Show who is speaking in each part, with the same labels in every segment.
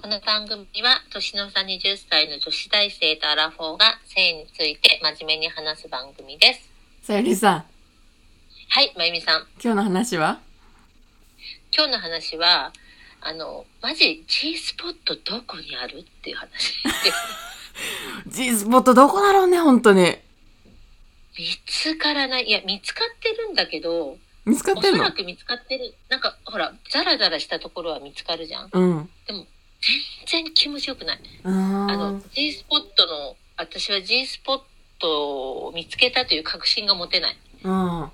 Speaker 1: この番組は年の差20歳の女子大生とアラフォーが性について真面目に話す番組です。
Speaker 2: さゆりさん、
Speaker 1: はい、まゆみさん。
Speaker 2: 今日の話は
Speaker 1: 今日の話は、あの、マジ G スポットどこにあるっていう話。
Speaker 2: G スポットどこだろうね、本当に。
Speaker 1: 見つからない。いや、見つかってるんだけど、
Speaker 2: 見つかっ
Speaker 1: お
Speaker 2: て
Speaker 1: そ
Speaker 2: んの
Speaker 1: らく見つかってる。なんか、ほら、ザラザラしたところは見つかるじゃん。
Speaker 2: うん。
Speaker 1: 全然気持ちよくない。あ
Speaker 2: あ
Speaker 1: の、G スポットの、私は G スポットを見つけたという確信が持てない。
Speaker 2: あ。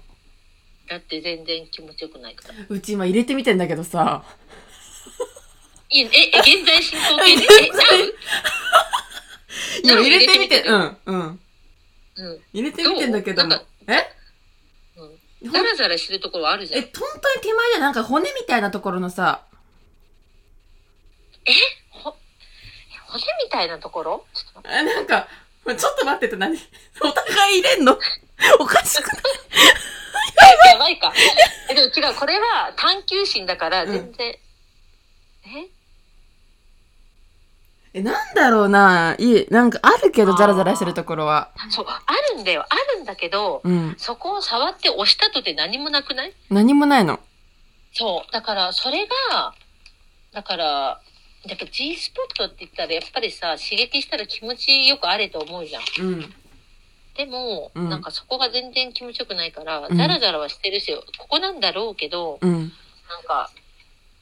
Speaker 1: だって全然気持ちよくないから。
Speaker 2: うん。うち今入れてみてんだけどさ。
Speaker 1: いえ、え、現在進行 形で、え、な
Speaker 2: 今入れてみて、
Speaker 1: う
Speaker 2: うん、うん。
Speaker 1: う
Speaker 2: 入れてみてんだけども
Speaker 1: どう。
Speaker 2: え
Speaker 1: うん。ザラザラしてるところあるじゃ
Speaker 2: え、
Speaker 1: ん。
Speaker 2: 本当に手前でなんか骨みたいなところのさ、
Speaker 1: ほ、骨みたいなところちょっと待っ
Speaker 2: あなんか、ちょっと待ってって 何お互い入れんのおかしくない
Speaker 1: て。やばいか。え、でも違う、これは探求心だから、
Speaker 2: うん
Speaker 1: 全然。え
Speaker 2: え、なんだろうな。いい。なんかあるけど、ザラザラしてるところは。
Speaker 1: そう、あるんだよ。あるんだけど、
Speaker 2: うん。
Speaker 1: そこを触って押したとて何もなくない
Speaker 2: 何もないの。
Speaker 1: そう。だから、それが、だから、やっぱ G スポットって言ったら、やっぱりさ、刺激したら気持ちよくあれと思うじゃん。
Speaker 2: うん。
Speaker 1: でも、
Speaker 2: うん
Speaker 1: なんかそこが全然気持ちよくないから、
Speaker 2: うん
Speaker 1: ザラザラはしてるし、ここなんだろうけど、
Speaker 2: うん。
Speaker 1: なんか、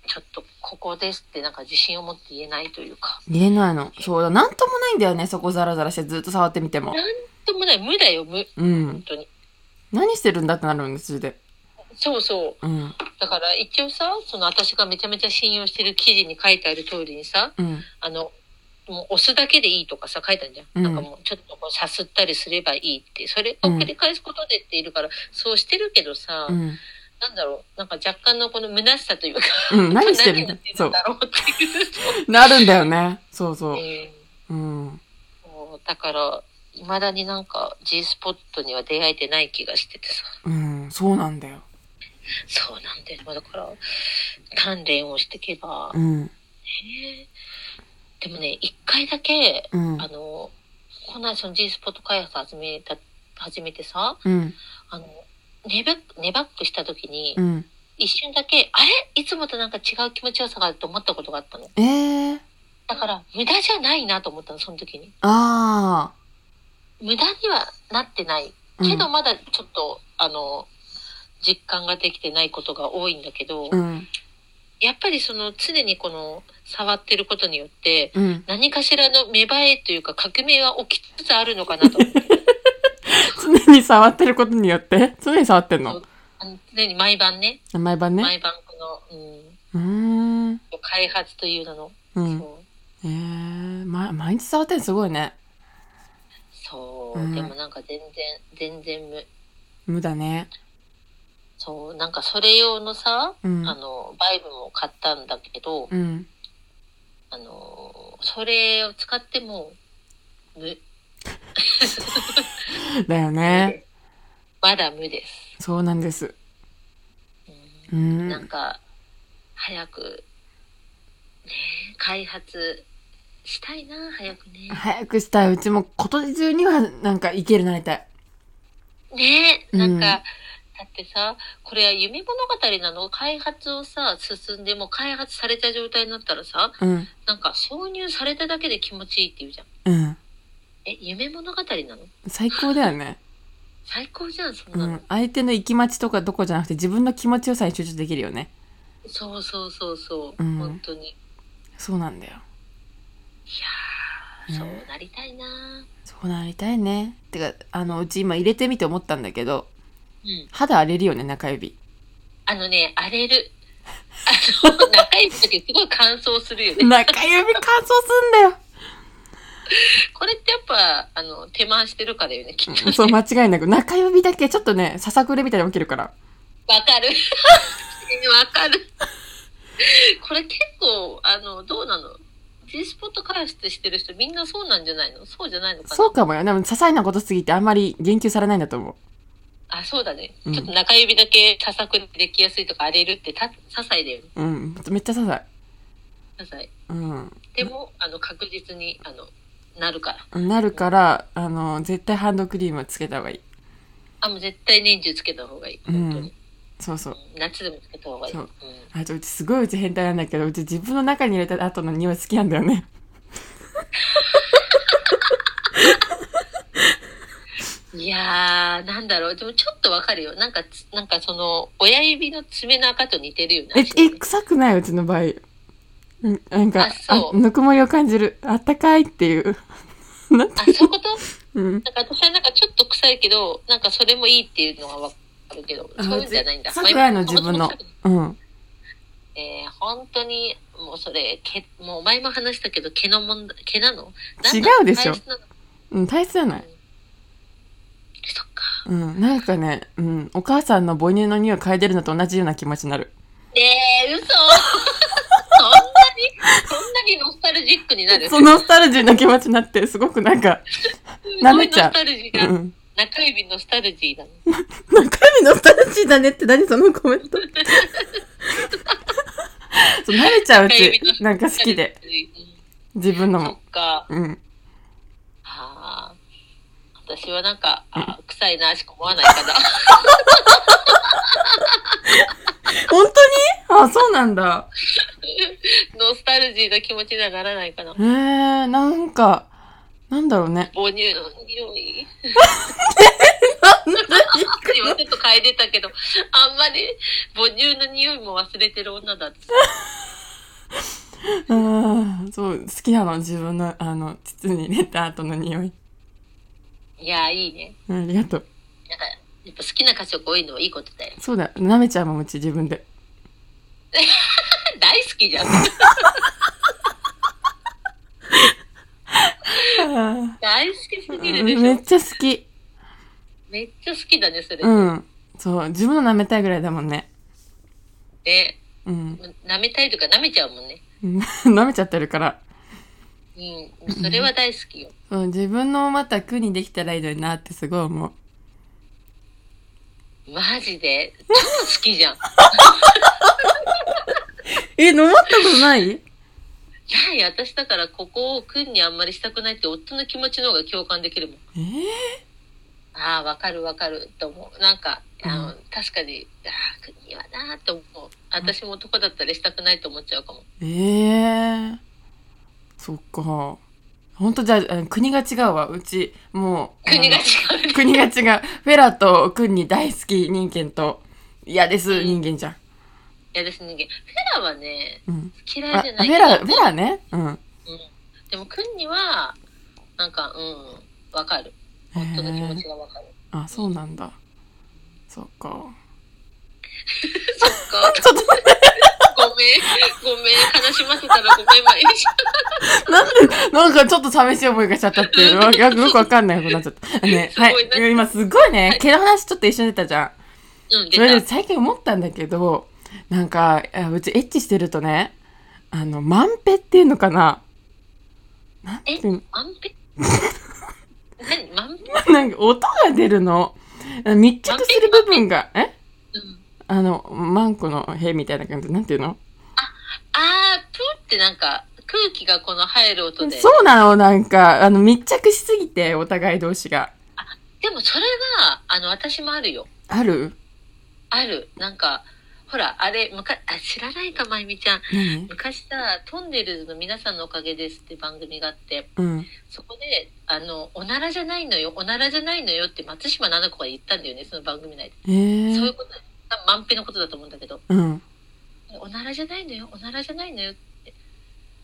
Speaker 1: ちょっとここですってなんか自信を持って言えないというか。
Speaker 2: 言えないの。そうだ。なんともないんだよね。そこザラザラしてずっと触ってみても
Speaker 1: な。んともない、無だよ、無。
Speaker 2: う
Speaker 1: 本
Speaker 2: ん。
Speaker 1: 当に。
Speaker 2: 何してるんだってなるんです、それで。
Speaker 1: そうそう。
Speaker 2: うん。
Speaker 1: だから一応さ、その私がめちゃめちゃ信用してる記事に書いてある通りにさ、
Speaker 2: うん。
Speaker 1: あの、もう押すだけでいいとかさ、書いてあるじゃん。
Speaker 2: うん
Speaker 1: なんかもうちょっとこうさすったりすればいいって、それを繰り返すことでっているから、そうしてるけどさ、
Speaker 2: うん。
Speaker 1: なんだろう、なんか若干のこの虚しさというか、
Speaker 2: うん。何してる ん
Speaker 1: 何
Speaker 2: だ
Speaker 1: や。って
Speaker 2: そ
Speaker 1: る。
Speaker 2: うん
Speaker 1: だろうっていう。
Speaker 2: なるんだよね。そうそ
Speaker 1: え
Speaker 2: う。うん。
Speaker 1: ーもうだから、未だになんか G スポットには出会えてない気がしててさ。
Speaker 2: うん。そうなんだよ。
Speaker 1: そうなんだよ。まあだから、鍛錬をしていけば
Speaker 2: う。ん。
Speaker 1: ねでもね、一回だけ、
Speaker 2: うん
Speaker 1: あ。の、この間その G スポット開発始めた、始めてさ、
Speaker 2: うん。
Speaker 1: あの、寝バック、寝バックした時に
Speaker 2: う、ん。
Speaker 1: 一瞬だけ、あれいつもとなんか違う気持ちよさがあると思ったことがあったの。
Speaker 2: えー。
Speaker 1: だから、無駄じゃないなと思ったの、その時に。
Speaker 2: あ
Speaker 1: 無駄にはなってない。
Speaker 2: ー。うん
Speaker 1: けどまだちょっと、あの実感ができてないことが多いんだけど、
Speaker 2: うん。
Speaker 1: やっぱりその常にこの触ってることによって
Speaker 2: うん。
Speaker 1: 何かしらの芽生えというか革命は起きつつあるのか なと思って
Speaker 2: 常に触ってることによって常に触ってんの
Speaker 1: あの常に毎晩ね
Speaker 2: 毎晩ね。
Speaker 1: 毎晩この、う
Speaker 2: うーん。
Speaker 1: ん、開発という名の、
Speaker 2: うん。
Speaker 1: そう
Speaker 2: えー。ま、毎日触ってんのすごいね。
Speaker 1: そう、
Speaker 2: うん
Speaker 1: でもなんか全然全然無
Speaker 2: 無だね。
Speaker 1: そうなんかそれ用のさ、
Speaker 2: うん。
Speaker 1: あのバイブも買ったんだけど、
Speaker 2: うん。
Speaker 1: あのそれを使っても無
Speaker 2: だよね。
Speaker 1: まだ無です。
Speaker 2: そうなんです。
Speaker 1: うん
Speaker 2: う
Speaker 1: なん
Speaker 2: ん。
Speaker 1: か、早く、ねえ、開発したいな、早くね。
Speaker 2: 早くしたい。うちも今年中にはなんかいけるようになりたい。
Speaker 1: ねえ、
Speaker 2: う
Speaker 1: なんんか、だってさ、これは夢物語なの開発をさ、進んでも開発された状態になったらさ、
Speaker 2: うん。
Speaker 1: なんか挿入されただけで気持ちいいって言うじゃん。
Speaker 2: うん。
Speaker 1: え、夢物語なの
Speaker 2: 最高だよね。
Speaker 1: 最高じゃん、そん
Speaker 2: う
Speaker 1: なの。
Speaker 2: ん。相手の行き待ちとかどこじゃなくて自分の気持ちよさに集中できるよね。
Speaker 1: そうそうそうそう、
Speaker 2: うん
Speaker 1: 本当に。い
Speaker 2: そうなんだよ。
Speaker 1: やー、そ
Speaker 2: ね
Speaker 1: うなりたいな。
Speaker 2: そうなりたいね。てか、あの、うち今入れてみて思ったんだけど、
Speaker 1: うん。
Speaker 2: 肌荒れるよね、中指。
Speaker 1: あのね、荒れる。あ の、中指の時すごい乾燥するよね。
Speaker 2: 中指乾燥す
Speaker 1: これってやっぱ、あの、手間してるからよね、きっ
Speaker 2: ん
Speaker 1: と
Speaker 2: だよ。そう、間違いなく。中指だけちょっとね、ささくれみたいに起きるから。
Speaker 1: わかる。 わかる。これ結構、あの、どうなの ?G スポット開発してる人みんなそうなんじゃないのそうじゃないのかな
Speaker 2: そうかもよ。でも、些細なことすぎてあんまり言及されないんだと思う。
Speaker 1: あ、そうだね。
Speaker 2: うん
Speaker 1: ちょっと中指だけささくできやすいとか荒れるってた、些細だよね。
Speaker 2: うん。めっちゃ些細。
Speaker 1: なさい。
Speaker 2: うん。
Speaker 1: でも、あの、確実に、あの、なるから。
Speaker 2: なるから、あの、絶対ハンドクリームはつけた方がいい。
Speaker 1: あ、もう絶対年中つけた方がいい。
Speaker 2: うん
Speaker 1: 本当に。
Speaker 2: そうそう。
Speaker 1: 夏でもつけた方がいい。
Speaker 2: そ
Speaker 1: うん
Speaker 2: うあと、うちすごいうち変態なんだけど、うち自分の中に入れた後の匂い好きなんだよね。
Speaker 1: いやー、なんだろう。でもちょっとわかるよ。なんかつ、なんかその、親指の爪の赤と似てるよね。
Speaker 2: え、
Speaker 1: 足の
Speaker 2: え、
Speaker 1: ね
Speaker 2: 臭くないうちの場合。うん、なんか
Speaker 1: あ、そう
Speaker 2: ぬくもりを感じる。あったかいっていう。 なん
Speaker 1: あ、
Speaker 2: て
Speaker 1: そう
Speaker 2: い
Speaker 1: いうこと
Speaker 2: うのうん。
Speaker 1: なんか私はなんかちょっと臭いけど、なんかそれもいいっていうのがわかるけど、そういうんじゃないんだ。
Speaker 2: あうち臭くないの、
Speaker 1: まあ
Speaker 2: 自
Speaker 1: そ
Speaker 2: 分の
Speaker 1: もそも臭くない。
Speaker 2: うん。
Speaker 1: えー、本当に、もうそれ、毛、もう前も話したけど、毛の問題、毛なの
Speaker 2: 違うでしょ
Speaker 1: なんだ体質なの
Speaker 2: うん、大切じゃない。
Speaker 1: そっか。
Speaker 2: うん、なんかね、うん、お母さんの母乳の匂い嗅いでるのと同じような気持ち になる。
Speaker 1: えー、嘘 そんなに、そんなにノスタルジックになる
Speaker 2: そのノスタルジーな気持ちになって、すごくなんか、なめちゃう
Speaker 1: すごいノスタルジー
Speaker 2: う
Speaker 1: が、
Speaker 2: ん。
Speaker 1: 中指ノスタルジーだね。
Speaker 2: 中身ノスタルジーだねって何そのコメント。そう、慣れちゃうう
Speaker 1: 中指の
Speaker 2: ち、なんか好きで、。自分
Speaker 1: う
Speaker 2: の
Speaker 1: ん、そっ
Speaker 2: も。
Speaker 1: か。
Speaker 2: うん。
Speaker 1: あー私はなんか、あー臭いなしか思わないかな。
Speaker 2: 本当にあ、そうなんだ。
Speaker 1: ノスタルジーな気持ちにはならないかな。
Speaker 2: へえー、なんか、なんだろうね。
Speaker 1: 母乳の匂い。今ちょっと嗅いでたけど、あんまり母乳の匂いも忘れてる女だって。
Speaker 2: うん、そう、好きなの、自分の、あの、膣に入れた後の匂い。
Speaker 1: いやー、いいね。
Speaker 2: うん、ありがとう。
Speaker 1: なんか、やっぱ好きな箇所が多いのはいいことだよ。
Speaker 2: そうだ、舐めちゃうもん、うち自分で。
Speaker 1: 大好きじゃん。
Speaker 2: あ
Speaker 1: 大好きすぎ
Speaker 2: ー
Speaker 1: るでし
Speaker 2: めっ
Speaker 1: ょ。
Speaker 2: ちゃ好き。
Speaker 1: めっちゃ好きだね、それ。
Speaker 2: うん。そう、自分の舐めたいぐらいだもんね。
Speaker 1: ね。
Speaker 2: うん。
Speaker 1: 舐めたいとか舐めちゃうもんね。
Speaker 2: うん舐めちゃってるから。
Speaker 1: うん。それは大好きよ。
Speaker 2: そう自分のまた苦にできたらいいのになってすごい思う。
Speaker 1: マジで。超好きじ ゃん。
Speaker 2: え、飲まったことない
Speaker 1: ない、私だからここを君にあんまりしたくないって夫の気持ちの方が共感できるもん。
Speaker 2: えー
Speaker 1: ああ、わかるわかると思う。なんか、あの、
Speaker 2: うん
Speaker 1: 確かに、ああ、君にはなあと思う。私も男だったらしたくないと思っちゃうかも。
Speaker 2: えー、そっか。ほんとじゃああ、国が違うわ。うち、もう。
Speaker 1: 国が違
Speaker 2: あ
Speaker 1: う、
Speaker 2: の
Speaker 1: ね。
Speaker 2: 国が違う。フェラと君に大好き人間と、嫌です人間じゃん。
Speaker 1: いやですね、フェラはね、
Speaker 2: うん。
Speaker 1: 嫌
Speaker 2: あ、
Speaker 1: いじ
Speaker 2: フ
Speaker 1: ゃない
Speaker 2: ェラ、フェラね。うん。
Speaker 1: でも君には、なんか、うん、わかる。
Speaker 2: え
Speaker 1: 夫の気持
Speaker 2: ー
Speaker 1: ち、がわかる。
Speaker 2: あ、そうなんだ。そっか。
Speaker 1: そっか。
Speaker 2: ちょっと待
Speaker 1: ごめん、ごめん、悲しませたらごめん、まゆみちゃん
Speaker 2: って、なんで、なんかちょっと寂しい思いがしちゃったっていう、わよくよくわかんないことになっちゃった。ね、
Speaker 1: すご
Speaker 2: はいい。今すごいね、毛の話ちょっと一緒に出たじゃん。
Speaker 1: うん、出
Speaker 2: それで
Speaker 1: た。
Speaker 2: 最近思ったんだけどなんかあうちエッチしてるとねあのマンペっていうのかななんていう
Speaker 1: マンペ 何マンペ
Speaker 2: の なんか音が出るの密着する部分がえ
Speaker 1: うん。
Speaker 2: あのマンコの屁みたいな感じなんていうの
Speaker 1: あー、プーってなんか、空気がこの入る音で。
Speaker 2: そうなのなんかあの密着しすぎてお互い同士が
Speaker 1: でもそれが、あの、私もあるよ。
Speaker 2: ある
Speaker 1: ある。なんか、ほら、あれ、むか、あ、知らないか、まゆみちゃん。
Speaker 2: 何
Speaker 1: 昔さ、トンネルズの皆さんのおかげですって番組があって、
Speaker 2: うん
Speaker 1: そこで、あの、おならじゃないのよ、おならじゃないのよって松島菜々子が言ったんだよね、その番組内で。
Speaker 2: えー、
Speaker 1: そういうこと、多分満平のことだと思うんだけど、
Speaker 2: うん
Speaker 1: おならじゃないのよ、おならじゃないのよって。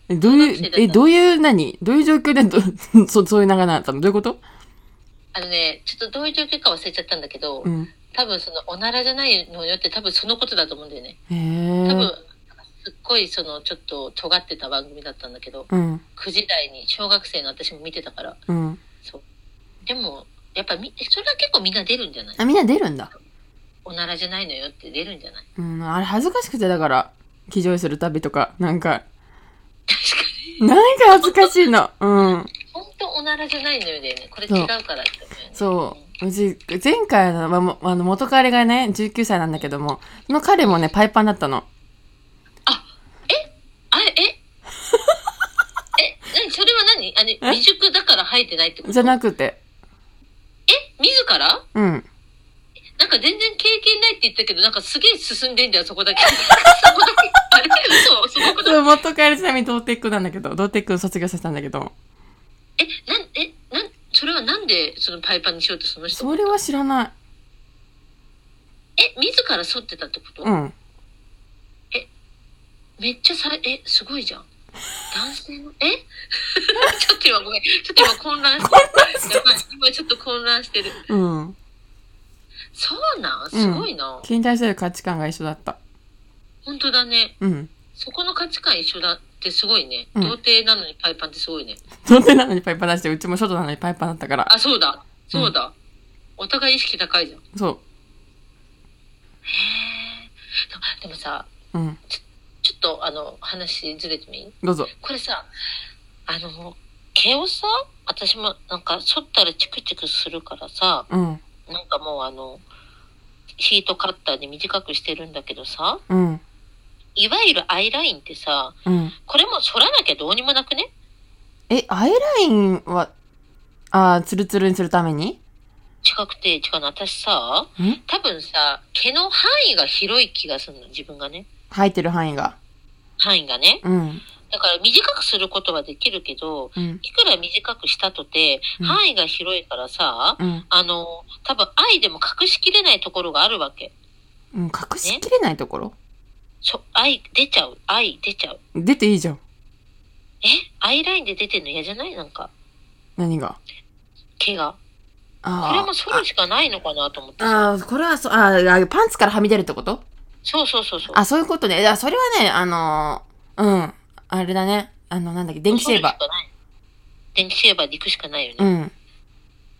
Speaker 2: えどういう、え、どういう、何どういう状況でど、そ、そういう 流れだったのどういうこと
Speaker 1: あのね、ちょっとどういう状況か忘れちゃったんだけど、
Speaker 2: うん。
Speaker 1: 多分その、おならじゃないのよって多分そのことだと思うんだよね。
Speaker 2: へえ
Speaker 1: 多分、
Speaker 2: ー。
Speaker 1: すっごいその、ちょっと尖ってた番組だったんだけど、
Speaker 2: うん。
Speaker 1: 9時台に小学生の私も見てたから、
Speaker 2: うん。
Speaker 1: でも、やっぱみ、それは結構みんな出るんじゃない
Speaker 2: あ、みんな出るんだ。
Speaker 1: おならじゃないのよって出るんじゃない
Speaker 2: うん、あれ恥ずかしくてだから、騎乗位する旅とか、なんか、
Speaker 1: 確かに。
Speaker 2: なんか恥ずかしいの。うん。
Speaker 1: 本当おならじゃないのよだよね。これ違うからって思うよね。
Speaker 2: そう。うち、前回の、まも、あの、元彼がね、19歳なんだけども、その彼もね、パイパンだったの。
Speaker 1: あれ、えそれは何あ
Speaker 2: え
Speaker 1: れ、未熟だから生えてないってこと
Speaker 2: じゃなくて。
Speaker 1: え自ら
Speaker 2: うん。
Speaker 1: なんか全然経験ないって言ったけど、なんかすげえ進んでんだよ、そこだけ。 そこだけ。あれ嘘すごくない
Speaker 2: そう、元カレちなみに童貞君なんだけど、童貞君卒業させたんだけど、
Speaker 1: え、なん、え、なん、それはなんでそのパイパンにしようってその人
Speaker 2: それは知らない。
Speaker 1: え、自ら剃ってたってこと、
Speaker 2: うん。
Speaker 1: めっちゃさ、え、すごいじゃん。男性の、え ちょっと今ごめん。ちょっと今混乱してる。やばい今ちょっと混乱してる。
Speaker 2: うん。
Speaker 1: そうなんすごいな。
Speaker 2: 気に対する価値観が一緒だった。
Speaker 1: 本当だね。
Speaker 2: うん。
Speaker 1: そこの価値観一緒だってすごいね。
Speaker 2: うん
Speaker 1: 童貞なのにパイパンってすごいね。
Speaker 2: 童貞なのにパイパン出して、うちもショートなのにパイパンだったから。
Speaker 1: あ、そうだ。そうだ。お互い意識高いじゃん。
Speaker 2: そ
Speaker 1: でもさ、
Speaker 2: う。うん。
Speaker 1: ちょっとあの、話ずれてもいい
Speaker 2: どうぞ。
Speaker 1: これさ、あの、毛をさ、私もなんか剃ったらチクチクするからさ、
Speaker 2: うん。
Speaker 1: なんかもうあの、ヒートカッターで短くしてるんだけどさ、
Speaker 2: うん。
Speaker 1: いわゆるアイラインってさ、
Speaker 2: うん。
Speaker 1: これも剃らなきゃどうにもなくね
Speaker 2: え、アイラインは、あー、ツルツルにするために
Speaker 1: 近くて、違うの、私さ、
Speaker 2: ん
Speaker 1: 多分さ、毛の範囲が広い気がするの、自分がね。
Speaker 2: 生えてる範囲が。
Speaker 1: 範囲がね。
Speaker 2: うん。
Speaker 1: だから短くすることはできるけど、
Speaker 2: うん。
Speaker 1: いくら短くしたとて、
Speaker 2: うん
Speaker 1: 範囲が広いからさ、
Speaker 2: うん。
Speaker 1: あの、多分愛でも隠しきれないところがあるわけ。
Speaker 2: うん。隠しきれないところ
Speaker 1: そ愛出ちゃう。愛出ちゃう。
Speaker 2: 出ていいじゃん。
Speaker 1: えアイラインで出てんの嫌じゃないなんか、
Speaker 2: 何が。
Speaker 1: 毛が。これ
Speaker 2: あ
Speaker 1: も剃るしかないのかなと思って。
Speaker 2: あ。あーこれはそう、あーあー、パンツからはみ出るってこと
Speaker 1: そうそうそうそう。
Speaker 2: あ、そういうことね。いや、それはね、あのーうん。あれだね。あの、なんだっけ、電気シェーバ
Speaker 1: ー。電気シェーバーで行くしかないよね。
Speaker 2: ー。うん。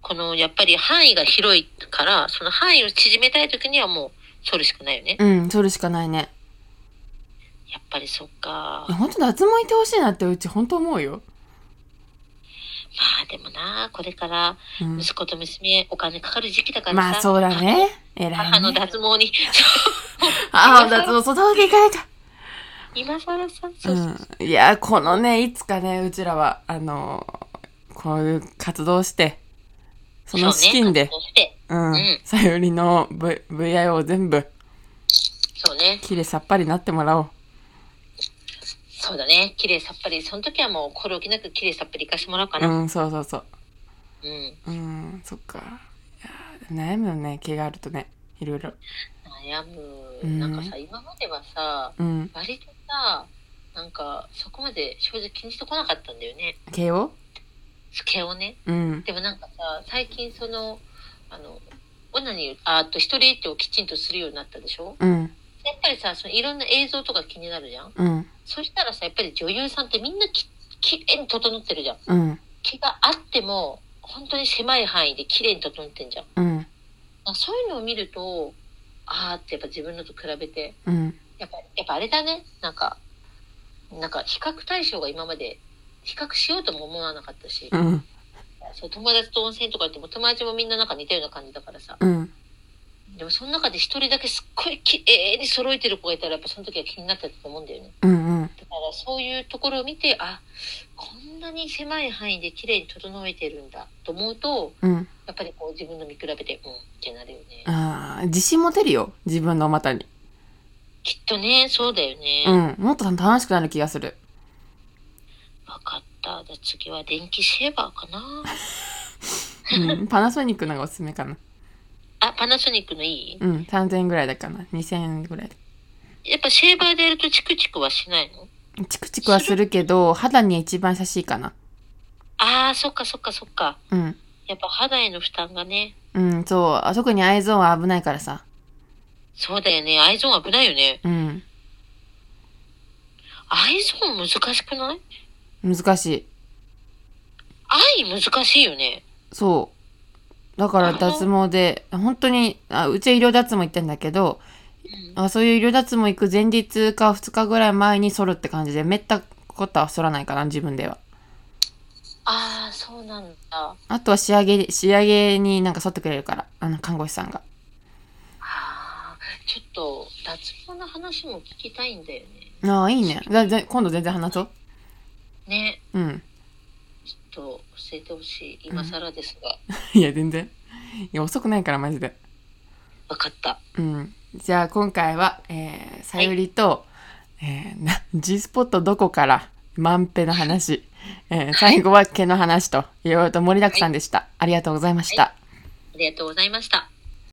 Speaker 1: この、やっぱり範囲が広いから、その範囲を縮めたい時にはもう、剃るしかないよね。
Speaker 2: うん、それしかないね。
Speaker 1: やっぱりそっか
Speaker 2: いや、。ほんと夏もいてほしいなって、うちほんと思うよ。
Speaker 1: まあでもな、これから、
Speaker 2: うん。
Speaker 1: 息子と娘へお金かかる時期だからさ。
Speaker 2: まあ、そうだね。偉い、ね。
Speaker 1: 母の脱毛に、
Speaker 2: ああ、だと、そう、そうでいかないか。
Speaker 1: 今更さ、そうそう
Speaker 2: うん。いや、このね、いつかね、うちらは、あのーこういう活動をして、その資金で、
Speaker 1: そうね
Speaker 2: うん
Speaker 1: うん、
Speaker 2: さゆりの、v、VIO を全部、
Speaker 1: そうね。
Speaker 2: きれいさっぱりなってもらおう。
Speaker 1: そうだね。綺麗さっぱり。その時はもう、これをきなく綺麗さっぱり行かしてもらおうか
Speaker 2: う
Speaker 1: な。
Speaker 2: ん、そうそうそう。
Speaker 1: うん。
Speaker 2: うん、そっか。いやー悩むよね、毛があるとね、いろいろ。
Speaker 1: 悩
Speaker 2: う
Speaker 1: む。
Speaker 2: ん
Speaker 1: なんかさ、今まではさ、
Speaker 2: うん。
Speaker 1: 割とさ、なんか、そこまで正直気にしてこなかったんだよね。
Speaker 2: 毛を
Speaker 1: 毛をね。
Speaker 2: うん。
Speaker 1: でもなんかさ、最近その、あの、オナに、ああと一人一をきちんとするようになったでしょ
Speaker 2: うん。
Speaker 1: やっぱりさ、そのいろんな映像とか気になるじゃん
Speaker 2: うん。
Speaker 1: そしたらさ、やっぱり女優さんってみんなき、きれいに整ってるじゃん。
Speaker 2: うん。
Speaker 1: 毛があっても、本当に狭い範囲で綺麗に整ってんじゃん。
Speaker 2: うん。
Speaker 1: あそういうのを見ると、あーってやっぱ自分のと比べて、
Speaker 2: うん。
Speaker 1: やっぱ、やっぱあれだね、なんか、なんか比較対象が今まで、比較しようとも思わなかったし、
Speaker 2: うん。
Speaker 1: そう友達と温泉とか行っても友達もみんななんか似たような感じだからさ。
Speaker 2: うん。
Speaker 1: でもその中で一人だけすっごい綺麗に揃えてる子がいたらやっぱその時は気になったと思うんだよね。
Speaker 2: うん。
Speaker 1: だからそういうところを見てあこんなに狭い範囲で綺麗に整えてるんだと思うと
Speaker 2: うん。
Speaker 1: やっぱりこう自分の見比べてうんってなるよね
Speaker 2: ああ、自信持てるよ。自分の股に。
Speaker 1: きっとねそうだよね
Speaker 2: う
Speaker 1: わ、
Speaker 2: ん。もっと楽しくなる気がする。
Speaker 1: かったじゃあ次は電気シェーバーかな
Speaker 2: うん。パナソニックのがおすすめかな。
Speaker 1: あパナソニックのいい
Speaker 2: うん。3000円ぐらいだかな。2000円ぐらいだ。
Speaker 1: やっぱシェーバーでやるとチクチクはしないの
Speaker 2: チクチクはするけど、肌に一番優しいかな。
Speaker 1: あーそっかそっかそっか
Speaker 2: うん。
Speaker 1: やっぱ肌への負担がね
Speaker 2: うん、そう。あ特にアイゾーンは危ないからさ。
Speaker 1: そうだよねアイゾーン危ないよね
Speaker 2: うん。
Speaker 1: アイゾーン難しくない
Speaker 2: 難しい。
Speaker 1: アイ難しいよね
Speaker 2: そう。だから脱毛で、本当に、あうちは医療脱毛行ってんだけど、
Speaker 1: うん
Speaker 2: あそういう医療脱毛行く前日か2日ぐらい前に剃るって感じで、めったことは剃らないかな、自分では。
Speaker 1: ああそうなんだ
Speaker 2: あとは仕上げ、仕上げになんか剃ってくれるから、あの、看護師さんが。
Speaker 1: あーちょっと脱毛の話も聞きたいんだよね。
Speaker 2: ああ、いいね。だぜ今度全然話そう。
Speaker 1: ね、
Speaker 2: うん。
Speaker 1: えてほしい今更ですが、
Speaker 2: いや、全然。いや、遅くないから、マジで。
Speaker 1: 分かった
Speaker 2: うん。じゃあ、今回は、えー、さゆりと、えーな G スポットどこから、マンペの話、えー最後は毛の話と、いろいろと盛りだくさんでした。ありがとうございました。
Speaker 1: ありがとうございました